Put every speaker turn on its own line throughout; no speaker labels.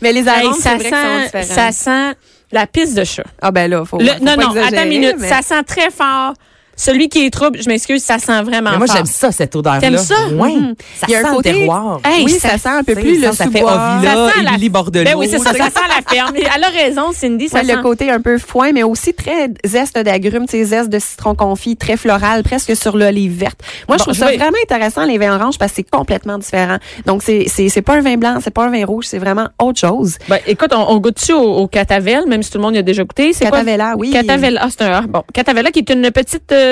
mais les
Euh, Hey,
arômes, c'est
ça,
vrai qu'ils sont
sent,
différents.
ça sent la pisse de chat.
Ah ben là, faut,
Le-
faut
non,
pas
non,
exagérer,
attends une minute.
mais-
Ça sent très fort. Celui qui est trouble, je m'excuse, ça sent vraiment
Mais moi,
fort.
j'aime ça, cette odeur-là.
T'aimes ça?
Oui.
Mhm.
Ça
Il y a un
sent le
côté-
terroir.
Hey,
oui,
ça sent un peu
tu sais,
plus le
ça fait
sous-bois.
Ovila,
Ça sent la-
Émilie Bordelot.
Ben oui, c'est ça,
tu
ça
sais.
sent la ferme. Et Elle a raison, Cindy, ça
Ouais,
sent...
le côté un peu foin, mais aussi très zeste d'agrumes, tu sais, zeste de citron confit, très floral, presque sur l'olive verte.
Bon,
Moi, je trouve
je
ça
vais-
vraiment intéressant, les vins oranges, parce que c'est complètement différent. Donc, c'est, c'est, c'est pas un vin blanc, c'est pas un vin rouge, c'est vraiment autre chose.
Ben, écoute, on, on goûte-tu au, au Catavel, même si tout le monde y a déjà goûté? C'est quoi?
Catavella, oui.
Catavella, ah, c'est un... ah, Bon, Catavella qui est une petite... euh,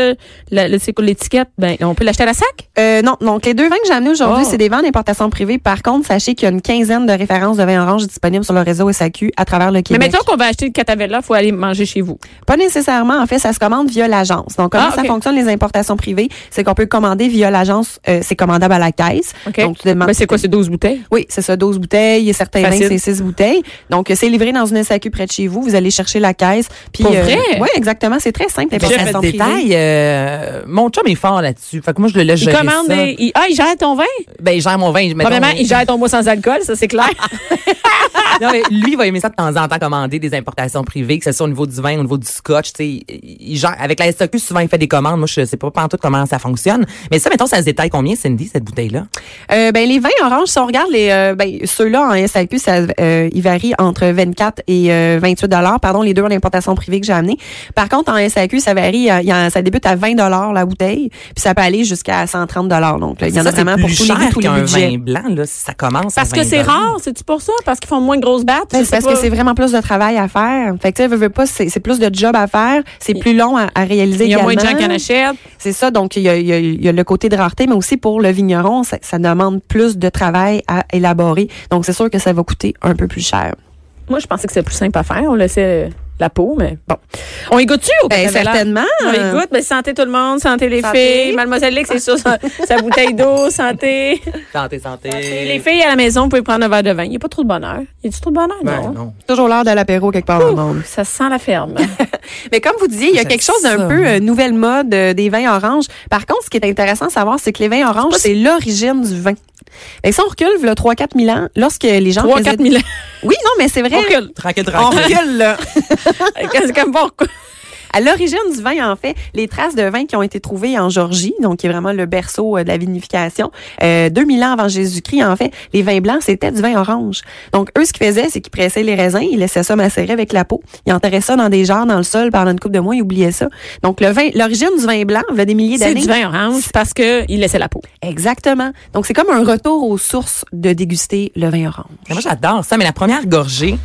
la- la- c'est quoi l'étiquette? Ben, on peut l'acheter à la sac?
Euh, non, donc les deux vins que j'ai amenés aujourd'hui,
Oh.
c'est des vins d'importation privée. Par contre, sachez qu'il y a une quinzaine de références de vins oranges disponibles sur le réseau SAQ à travers le
Mais
Québec.
mettons qu'on va acheter le Catavella, faut aller manger chez vous.
Pas nécessairement. En fait, ça se commande via l'agence. Donc, comment
Ah, ok.
ça fonctionne les importations privées? C'est qu'on peut commander via l'agence. euh, c'est commandable à la caisse.
OK.
Donc, tu demandes.
Ben, c'est quoi, c'est 12 bouteilles?
Oui, c'est ça, 12 bouteilles. Et certains vins,
Facile.
c'est 6 bouteilles. Donc, euh, c'est livré dans une SAQ près de chez vous. Vous allez chercher la caisse. Puis,
Pour vrai?
Oui, exactement. C'est très simple.
Mais ça fait
l'importation
de détail. euh, mon chum est fort là-dessus. Fait que moi, je le laisse
Il
gérer
commande
ça.
des... il- Ah, il gère ton vin?
Ben, il gère mon vin. mettons.
Premièrement, il gère ton bois sans alcool, ça, c'est clair.
non, mais lui, il va aimer ça de temps en temps commander des importations privées, que ce soit au niveau du vin, au niveau du scotch. tu sais, Il, il gère- avec la SAQ, souvent, il fait des commandes. Moi, je sais pas tout comment ça fonctionne. Mais ça, mettons, ça se détaille combien, Cindy, cette bouteille-là?
Euh, ben, les vins oranges, si on regarde les, euh, ben, ceux-là en SAQ, ça, euh, ils varient entre 24 et euh, 28 dollars. Pardon, les deux en importation privée que j'ai amené. Par contre, en SAQ, ça varie, euh, il y en- ça débute à 20 dollars la bouteille, puis ça peut aller jusqu'à 130 dollars. Donc, là, il y en
Ça,
a
c'est
vraiment pour
plus
tous les goûts,
cher
tous les
qu'un
budgets.
vin blanc, là, si ça commence. à
Parce que
20
c'est rare, c'est-tu pour ça? Parce qu'ils font moins de grosses battes?
Ben,
Je
c'est
sais
parce
pas.
que c'est vraiment plus de travail à faire. Fait que tu sais, veux, veux pas, c'est c'est plus de job à faire, c'est plus long à, à réaliser.
Il y a moins de gens
également.
qui en achètent.
C'est ça, donc il y, a, il y a- il y a le côté de rareté, mais aussi pour le vigneron, ça, ça demande plus de travail à élaborer. Donc c'est sûr que ça va coûter un peu plus cher.
Moi, je pensais que c'était plus simple à faire. On laissait la peau, mais bon. On y goûte-tu au
Ben,
Catavella?
certainement.
On y goûte. Ben, santé tout le monde, santé les
Santé.
filles. Mademoiselle Lick, c'est sûr, sa, sa bouteille d'eau, santé.
Santé, santé.
Et les filles à la maison, vous pouvez prendre un verre de vin. Il n'y a pas trop de bonheur. Il y a du trop de bonheur,
Ben,
non?
non.
Toujours l'heure de l'apéro quelque part dans le monde.
Ça sent la ferme.
Mais comme vous disiez, il y a
J'aime
quelque chose
ça,
d'un peu
moi.
euh, nouvelle mode euh, des vins oranges. Par contre, ce qui est intéressant à savoir, c'est que les vins oranges, c'est l'origine du vin. Et si on recule, le 3-4 000 ans, lorsque les gens
3
faisaient-
4 000 ans.
Oui, non, mais c'est vrai.
Recule.
Tranquille,
On
tranquille.
recule, là.
C'est comme pourquoi?
À l'origine du vin, en fait, les traces de vin qui ont été trouvées en Georgie, donc qui est vraiment le berceau euh, de la vinification, euh, 2000 ans avant Jésus-Christ, en fait, les vins blancs, c'était du vin orange. Donc, eux, ce qu'ils faisaient, c'est qu'ils pressaient les raisins, ils laissaient ça macérer avec la peau, ils enterraient ça dans des jarres dans le sol pendant une coupe de mois, ils oubliaient ça. Donc, le vin, l'origine du vin blanc, il y a des milliers
C'est
d'années.
du vin orange parce qu'il laissait la peau.
Exactement. Donc, c'est comme un retour aux sources de déguster le vin orange.
Mais Moi, j'adore ça, mais la première gorgée,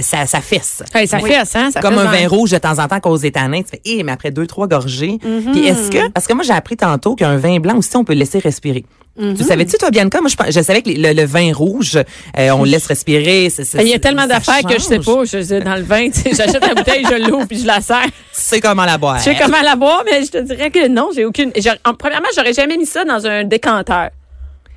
ça, ça fesse.
Hey, ça
Oui.
fesse, hein? Ça
Comme
fesse
un
dans-
vin rouge de temps en temps à cause des tanins. Tu fais, hé, mais après deux, trois gorgées.
Mm-hmm.
Puis est-ce que, parce que moi, j'ai appris tantôt qu'un vin blanc aussi, on peut le laisser respirer.
Mm-hmm.
Tu savais-tu, toi, Bianca? Moi, je, pens- je savais que le, le vin rouge, euh, on le laisse respirer. c'est- c'est-
Ben, Il y a tellement
ça
d'affaires que je sais
change.
pas. Je sais, dans le vin, tu sais, j'achète la bouteille, je l'ouvre puis je la sers.
Tu sais comment la boire.
Je
Ben,
sais comment la boire, mais je te dirais que non, j'ai aucune. j'aurais- en- premièrement, j'aurais jamais mis ça dans un décanteur.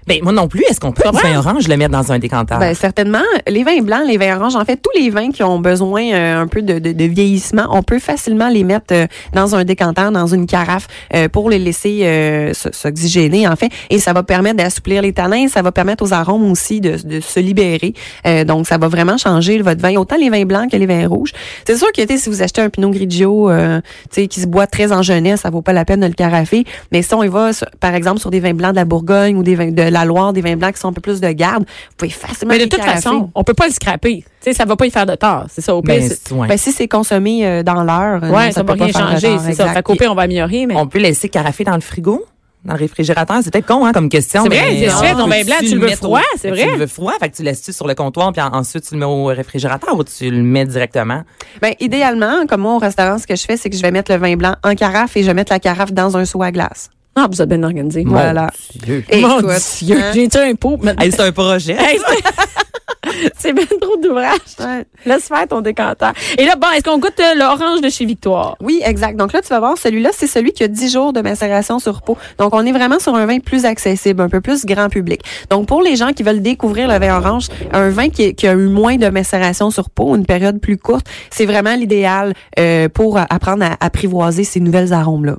Ben, moi non plus. Est-ce qu'on peut, du
Comprends?
vin orange, le mettre dans un décanteur?
Ben, certainement. Les vins blancs, les vins oranges, en fait, tous les vins qui ont besoin euh, un peu de, de- de vieillissement, on peut facilement les mettre euh, dans un décanteur, dans une carafe, euh, pour les laisser euh, s- s'oxygéner, en fait. Et ça va permettre d'assouplir les tanins, ça va permettre aux arômes aussi de, de se libérer. Euh, donc, ça va vraiment changer votre vin, autant les vins blancs que les vins rouges. C'est sûr que, tu sais, si vous achetez un Pinot Grigio, euh, tu sais, qui se boit très en jeunesse, ça vaut pas la peine de le carafer. Mais si on y va, sur- par exemple, sur des vins blancs de la Bourgogne ou des vins de la Loire, des vins blancs qui sont un peu plus de garde, vous pouvez facilement
Mais de
les
toute
carafer.
façon, on peut pas le scraper. Tu sais, ça va pas y faire de tort. C'est ça, au pire.
Ben,
c'est-
ouais.
Ben, si c'est consommé euh, dans l'heure, euh, non,
ouais, ça va
peut pas
rien
faire de
changer.
tort,
C'est ça.
exact.
Fait qu'au pire, on va améliorer, mais.
on peut laisser carafer dans le frigo? Dans le réfrigérateur, c'est peut-être con hein, comme question.
C'est vrai,
mais
c'est
on
vrai, ton vin
peut-tu
blanc, tu le veux
mettre au-
froid, c'est vrai.
Tu le veux froid, fait que tu le laisses-tu sur le comptoir, puis en- ensuite tu le mets au réfrigérateur ou tu le mets directement?
Ben, idéalement, comme moi au restaurant, ce que je fais, c'est que je vais mettre le vin blanc en carafe et je vais mettre la carafe dans un seau à glace.
Ah, vous êtes bien organisé.
Mon
Voilà.
Dieu.
Et
Mon
écoute,
Dieu,
hein,
j'ai tué un pot. mais-
Hey, c'est un projet.
Hey, c'est- c'est bien trop d'ouvrage.
ouais.
Laisse faire ton décanteur. Et là, bon, est-ce qu'on goûte euh, l'orange de chez Victoire?
Oui, exact. Donc là, tu vas voir, celui-là, c'est celui qui a 10 jours de macération sur peau. Donc, on est vraiment sur un vin plus accessible, un peu plus grand public. Donc, pour les gens qui veulent découvrir le vin orange, un vin qui, est- qui a eu moins de macération sur peau, une période plus courte, c'est vraiment l'idéal euh, pour euh, apprendre à apprivoiser ces nouvelles arômes-là.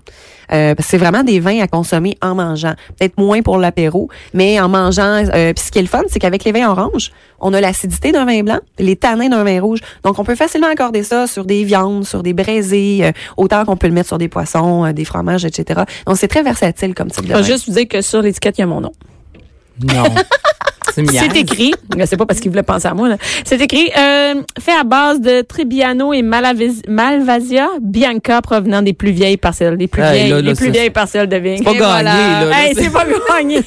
Euh, parce que c'est vraiment des vins à consommer en mangeant. Peut-être moins pour l'apéro, mais en mangeant. euh, Puis ce qui est le fun, c'est qu'avec les vins oranges, on a l'acidité d'un vin blanc, les tanins d'un vin rouge. Donc on peut facilement accorder ça sur des viandes, sur des braisés, euh, autant qu'on peut le mettre sur des poissons, euh, des fromages, etc. Donc c'est très versatile comme type de
Je vais
vin.
juste vous dire que sur l'étiquette, il y a mon nom.
Non. C'est miel.
C'est écrit. Je sais pas parce qu'il voulait penser à moi. là. C'est écrit euh, fait à base de Trebbiano et Malavis- Malvasia, Bianca provenant des plus vieilles parcelles, des plus
Hey,
vieilles,
là, là,
les plus
c'est-
vieilles parcelles de vigne.
C'est pas
Et
gagné, là, là,
Hey,
c'est-
c'est pas gagné.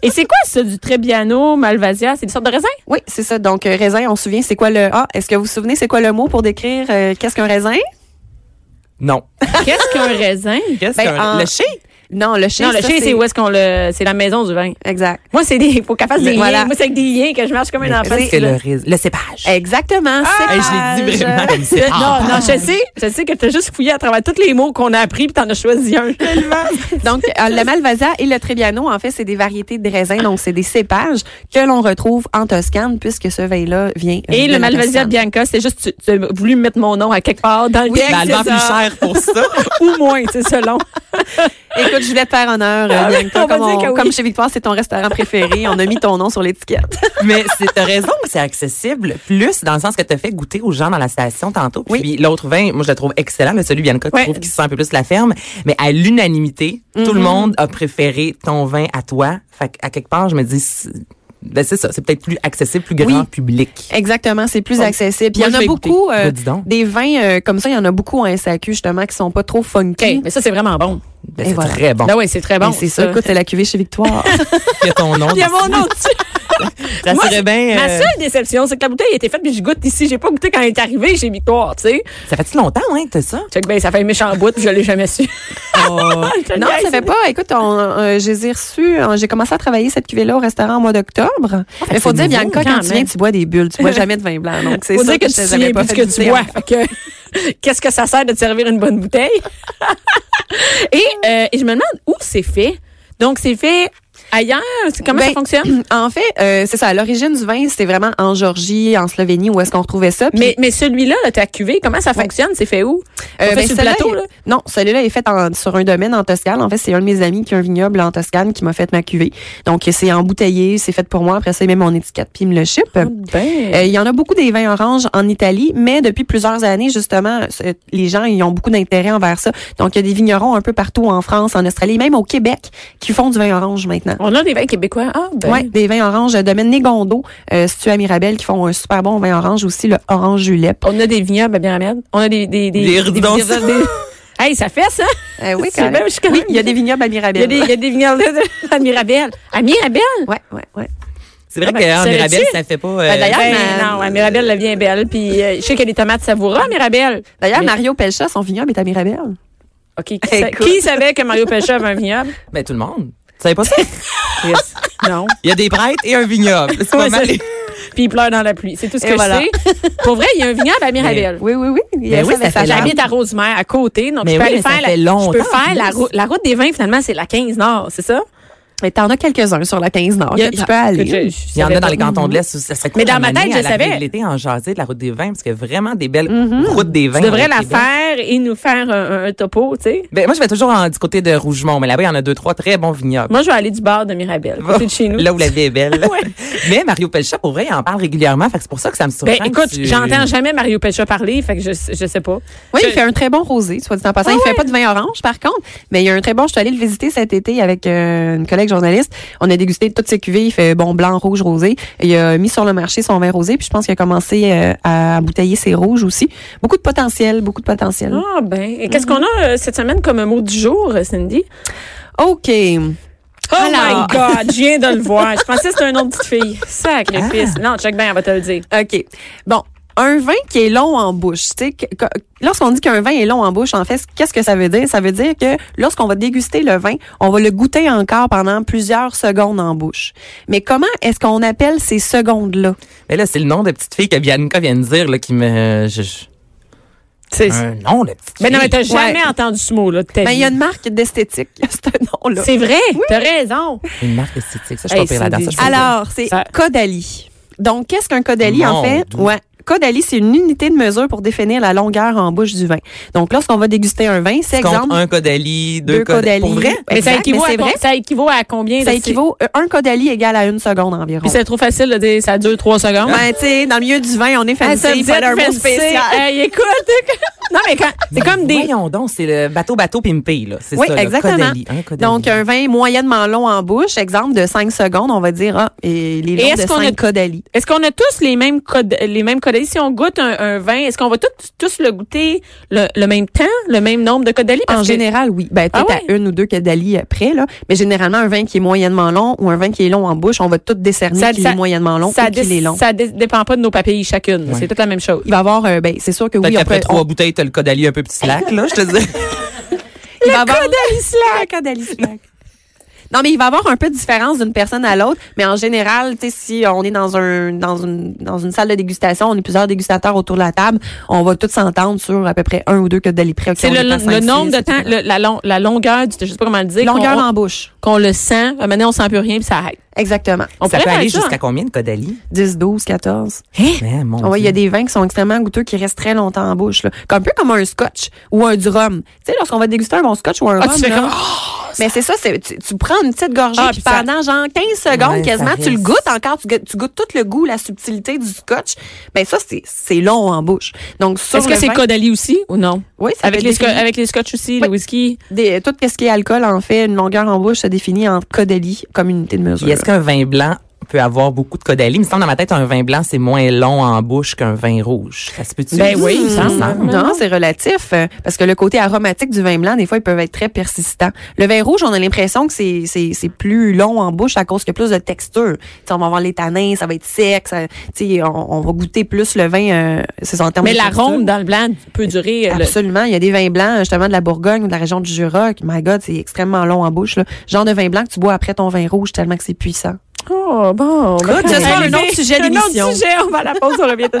et c'est quoi ça du Trebbiano, Malvasia C'est une sorte de raisin
Oui, c'est ça. Donc euh, raisin, on se souvient, c'est quoi le Ah, est-ce que vous vous souvenez, c'est quoi le mot pour décrire euh, qu'est-ce qu'un raisin
Non.
Qu'est-ce qu'un raisin
Qu'est-ce
Ben,
qu'un-
en-
Le chien?
Non, le chien.
Non, le
ça,
chez c'est où est-ce qu'on le c'est la maison du vin.
Exact.
Moi, c'est des faut qu'elle fasse des
Voilà.
liens. Moi, c'est avec des liens que je marche comme un enfant.
Qu'est-ce que le, rais- le cépage?
Exactement.
Hey,
cépage.
Ah, je l'ai dit vraiment comme
C'est-
cépage.
Non, non, je sais, je sais que t'as juste fouillé à travers tous les mots qu'on a appris puis t'en as choisi un.
Donc, euh, le Malvasia et le Trebbiano, en fait, c'est des variétés de raisins, donc c'est des cépages que l'on retrouve en Toscane, puisque ce vin-là vient. euh,
Et
de
le
la
Malvasia
Toscane.
Bianca, c'est juste, tu, tu as voulu mettre mon nom à quelque part dans le
Oui,
texte,
Ben, elle vend
c'est
plus
ça.
cher pour ça.
Ou moins, c'est selon.
Écoute, je voulais te faire honneur, euh,
Ah,
Bianca,
on va
comme,
dire
on-
que oui.
comme chez Victoire, c'est ton restaurant préféré, on a mis ton nom sur l'étiquette.
Mais c'est t'as raison, c'est accessible plus dans le sens que tu fait goûter aux gens dans la station tantôt. Puis l'autre vin, moi je le trouve excellent, le celui Bianca, tu
Ouais. Mm-hmm.
trouves qui se sent un peu plus la ferme, mais à l'unanimité, tout le monde a préféré ton vin à toi. Fait que, à quelque part, je me dis c'est- ben c'est ça, c'est peut-être plus accessible, plus grand
Oui.
public.
Exactement, c'est plus
Donc,
accessible. Puis
moi,
il y
je
en a
vais goûter.
beaucoup, euh,
Ben, dis donc.
des vins euh, comme ça, il y en a beaucoup en SAQ, justement, qui sont pas trop funky.
OK, mais ça, c'est vraiment bon.
Ben,
Et
c'est
voilà.
très bon.
Là, ouais, c'est très bon.
Mais c'est ça, écoute, c'est la cuvée chez Victoire.
Il y a ton nom.
Il y a mon nom dessus.
Ça
Moi,
serait
c'est-
bien.
Ma
euh,
seule déception, c'est que la bouteille a été faite, puis je goûte ici. J'ai pas goûté quand elle est arrivée chez Victoire, tu sais.
Ça fait-tu longtemps, hein, que t'as ça?
Check ben, ça fait un méchant bout, puis je l'ai jamais su. Je te
Oh. Non,
niaise.
ça fait pas. Écoute, on, euh, je les ai reçus. euh, J'ai commencé à travailler cette cuvée-là au restaurant au mois
Ah,
d'octobre. Mais faut
c'est
dire,
nouveau,
Bianca, quand,
quand
tu
même.
viens, tu bois des bulles. Tu bois jamais de vin blanc. Donc, c'est
Faut
ça
dire que tu
je
te
t'avais
souviens
pas
plus ce
fait
que tu
dire.
bois. Fait que, qu'est-ce que ça sert de te servir une bonne bouteille? et, euh, et je me demande où c'est fait. Donc, c'est fait ailleurs. C'est- Comment ça
Ben,
fonctionne?
En fait, euh, c'est ça. À l'origine du vin, c'était vraiment en Georgie, en Slovénie, où est-ce qu'on retrouvait ça. Puis,
Mais, mais celui-là, là, t'as cuvé, comment ça fonctionne? C'est fait où?
euh,
On fait
ben,
sur le
celui-là,
plateau,
il-
là?
Non, celui-là est fait en- sur un domaine en Toscane. En fait, c'est un de mes amis qui a un vignoble en Toscane qui m'a fait ma cuvée. Donc, c'est embouteillé, c'est fait pour moi. Après ça, il met mon étiquette puis il me le ship.
Ben.
Euh, il y en a beaucoup des vins oranges en Italie, mais depuis plusieurs années, justement, ce- les gens ils ont beaucoup d'intérêt envers ça. Donc, il y a des vignerons un peu partout en France, en Australie, même au Québec, qui font du vin orange maintenant.
on a des vins québécois. Ah, ben.
Ouais, des vins oranges, euh, domaine Négondo, euh, situé à Mirabel, qui font un super bon vin orange aussi, le orange julep.
On a des vignobles à Biramède. On a des. Des,
Des redons-
des- Hey, ça fait ça!
Euh, oui,
C'est
quand même.
bien, je suis quand
Oui,
même-
il y a des vignobles à
Il y a
Mirabel.
des, il y a des vignobles à Mirabel. À Mirabel?
Ouais, ouais, ouais.
C'est vrai
Ah, ben,
que hein,
savais-tu?
Mirabelle, ça fait pas. euh,
Ben, d'ailleurs,
Ben,
ma-
non, ouais, Mirabelle, elle vient belle. Puis euh, je sais qu'il y a des tomates savoura, Mirabelle.
D'ailleurs,
Mais-
Mario Pelcha, son vignoble est à Mirabelle.
OK, qui, sa-
Écoute.
qui savait que Mario Pelcha avait un vignoble?
ben, tout le monde. Tu savais pas ça?
Non.
Il y a des prêtres et un vignoble. C'est pas
Ouais,
mal.
ça- Puis il pleure dans la pluie. C'est tout ce
Et
que
voilà.
je sais. Pour vrai, il y a un vignoble à Mirabelle.
Oui, oui, oui. Il
Ben oui,
avait
ça
sa
fait
jambe.
J'habite à Rosemère, à côté. Donc,
Mais
je peux
oui,
aller
ça
faire, la,
fait
je
longtemps,
peux faire la,
plus.
route- la route des vins, finalement, c'est la 15 Nord, c'est ça?
Mais t'en as quelques-uns sur la 15 Nord.
Il y a-
que tu peux aller.
que je- je
Il y en
savais
a dans
pas.
les cantons de l'Est. où Ça serait cool
Mais dans
d'en
ma tête,
amener
je
à la
savais. Mm-hmm.
rive de l'été en jaser de la route des vins, parce qu'il y a vraiment des belles routes des vins.
Tu devrais
avec
la
les vins.
faire et nous faire un, un- un topo, tu sais.
Ben, moi, je vais toujours en- du côté de Rougemont, mais là-bas, il y en a deux, trois très bons vignobles.
Moi, je vais aller du bar de Mirabelle, à côté de chez nous.
Là où la vie est belle.
Ouais.
Mais Mario Pelcha, pour vrai, il en parle régulièrement. Fait que c'est pour ça que ça me surprend.
Ben, écoute,
que tu-
j'entends jamais Mario Pelcha parler, fait que je, je sais pas.
Oui,
Je-
il fait un très bon rosé, soit dit en passant. il
Ah
fait pas de vin orange, par contre, mais il y a un très bon. Je suis allée le visiter cet été avec euh, une collègue journaliste. On a dégusté toutes ses cuvées. Il fait bon blanc, rouge, rosé. Il a mis sur le marché son vin rosé, puis je pense qu'il a commencé euh, à bouteiller ses rouges aussi. Beaucoup de potentiel, beaucoup de
Mm.
potentiel.
Ah, ben. Et qu'est-ce qu'on a euh, cette semaine comme mot du jour, euh, Cindy?
OK.
Ah. Oh
Alors.
my God, je viens de le voir. Je pensais que c'était un nom de petite fille.
Ah.
Sacrifice. Non, check bien, elle va te le dire.
OK. Bon. Un vin qui est long en bouche. Tu sais, que- que- lorsqu'on dit qu'un vin est long en bouche, en fait, qu'est-ce que ça veut dire? Ça veut dire que lorsqu'on va déguster le vin, on va le goûter encore pendant plusieurs secondes en bouche. Mais comment est-ce qu'on appelle ces secondes-là?
Mais Ben là, c'est le nom de petite fille que Bianca vient de dire, là, qui me. je- je-
C'est-
Un nom de petite
Mais Ben, non, mais
fille.
t'as jamais entendu ce mot-là de ta
Ben, il y a
vie.
une marque d'esthétique, ce nom-là.
C'est vrai, t'as raison.
Une marque esthétique. Ça, je suis
Hey,
pas pire là-dedans. Ça, je suis pas pire.
Alors, c'est
Ça-
Caudalie. Donc, qu'est-ce qu'un Caudalie, en
Mon
fait?
Dieu.
Ouais. Caudalie, c'est une unité de mesure pour définir la longueur en bouche du vin. Donc, lorsqu'on va déguster un vin, c'est
Tu comptes
exemple.
un Caudalie, deux
Deux
Caudalie. Pour
Caudalie.
vrai?
Mais, ça,
Exact,
équivaut
mais
à
c'est
com-
vrai.
ça équivaut à combien?
Ça
là,
équivaut, euh, un Caudalie égale à une seconde environ.
Puis c'est trop facile de dire ça dure trois secondes.
Ben, tu sais, dans le milieu du vin, on est
Ah,
fancy,
ça me
il
dit
fallait un mot
fancy.
spécial.
Hey, écoute, non, mais quand, c'est comme des,
Ben, Voyons donc, c'est le bateau-bateau pimpé, là. C'est
Oui,
ça, là,
exactement.
Caudalie, un Caudalie.
Donc, un vin moyennement long en bouche, exemple de 5 secondes, on va dire, ah, et les
Et
longs
est-ce
de
qu'on a-
5 Caudalie.
Est-ce qu'on a tous les mêmes codes, les mêmes codalies? Si on goûte un, un vin, est-ce qu'on va tous, tous le goûter le, le même temps, le même nombre de codalies?
En général, oui. Ben, peut-être
Ah ouais?
à une ou deux Caudalie après, là. Mais généralement, un vin qui est moyennement long ou un vin qui est long en bouche, on va tout décerner qu'il est moyennement long
ça,
ou qu'il
dé-
est long.
ça dé- dépend pas de nos papilles chacune. C'est toute la même chose.
Il va y avoir, euh, ben, c'est sûr que
Peut-être
oui, on
qu'après
peut-
trois
on-
bouteilles, t'as le Caudalie un peu petit slack, là, je te dis.
il va y avoir La Caudalie slack. Non, mais il va y avoir un peu de différence d'une personne à l'autre, mais en général, tu sais, si on est dans un dans une dans une salle de dégustation, on est plusieurs dégustateurs autour de la table, on va tous s'entendre sur à peu près un ou deux Caudalie près. Ok,
C'est
on
le,
est à
le
cinq, six,
nombre de
etc.
temps, le- la, long- la longueur du, je sais pas comment le dire.
longueur
qu'on,
en bouche.
qu'on le sent. Maintenant, on sent plus rien puis ça arrête.
Exactement.
On pourrait
ça Eh, peut
faire
aller
ça,
jusqu'à
hein.
combien de Caudalie?
10, 12, 14.
Mais mon
Ah ouais, il y
Dieu.
a des vins qui sont extrêmement goûteux qui restent très longtemps en bouche là, Comme- un peu comme un scotch ou un du rhum. Tu sais lorsqu'on va déguster un bon scotch ou un
Ah,
rhum.
tu fais
là,
comme,
Mais c'est ça, c'est- tu, tu prends une petite gorgée,
Ah,
puis
puis ça-
pendant genre 15 secondes
Ouais,
quasiment,
ça
tu le
reste.
goûtes encore, tu, goûtes- tu goûtes tout le goût, la subtilité du scotch. Ben ça, c'est- c'est long en bouche. Donc, sur
est-ce
le
que c'est
vin-
codali aussi ou non?
Oui, ça
Avec
peut
les,
définir-
sco- avec les scotch aussi,
Oui. Ah
le whisky.
des- tout ce qui est alcool, en fait, une longueur en bouche se définit en codélie comme unité de mesure.
Puis est-ce qu'un vin blanc peut avoir beaucoup de Caudalie? Il me semble dans ma tête, un vin blanc, c'est moins long en bouche qu'un vin rouge. Ça se peut-tu?
Ben oui, il me semble.
Non, c'est relatif euh, parce que le côté aromatique du vin blanc, des fois, ils peuvent être très persistants. Le vin rouge, on a l'impression que c'est c'est c'est plus long en bouche à cause qu'il y a plus de texture. T'sais, on va avoir les tanins, ça va être sec, ça, t'sais, on, on va goûter plus le vin. euh, c'est ça, en termes
Mais
de texture.
l'arôme dans le blanc peut durer. euh, le-
Absolument, il y a des vins blancs justement de la Bourgogne ou de la région du Jura. qui, My God, c'est extrêmement long en bouche. Là. Genre de vin blanc que tu bois après ton vin rouge tellement que c'est puissant.
Oh, bon. ben,
Écoute, ce
quand
sera
même.
un autre sujet
Un autre
d'émission.
sujet, on va à la pause, on revient tout de suite.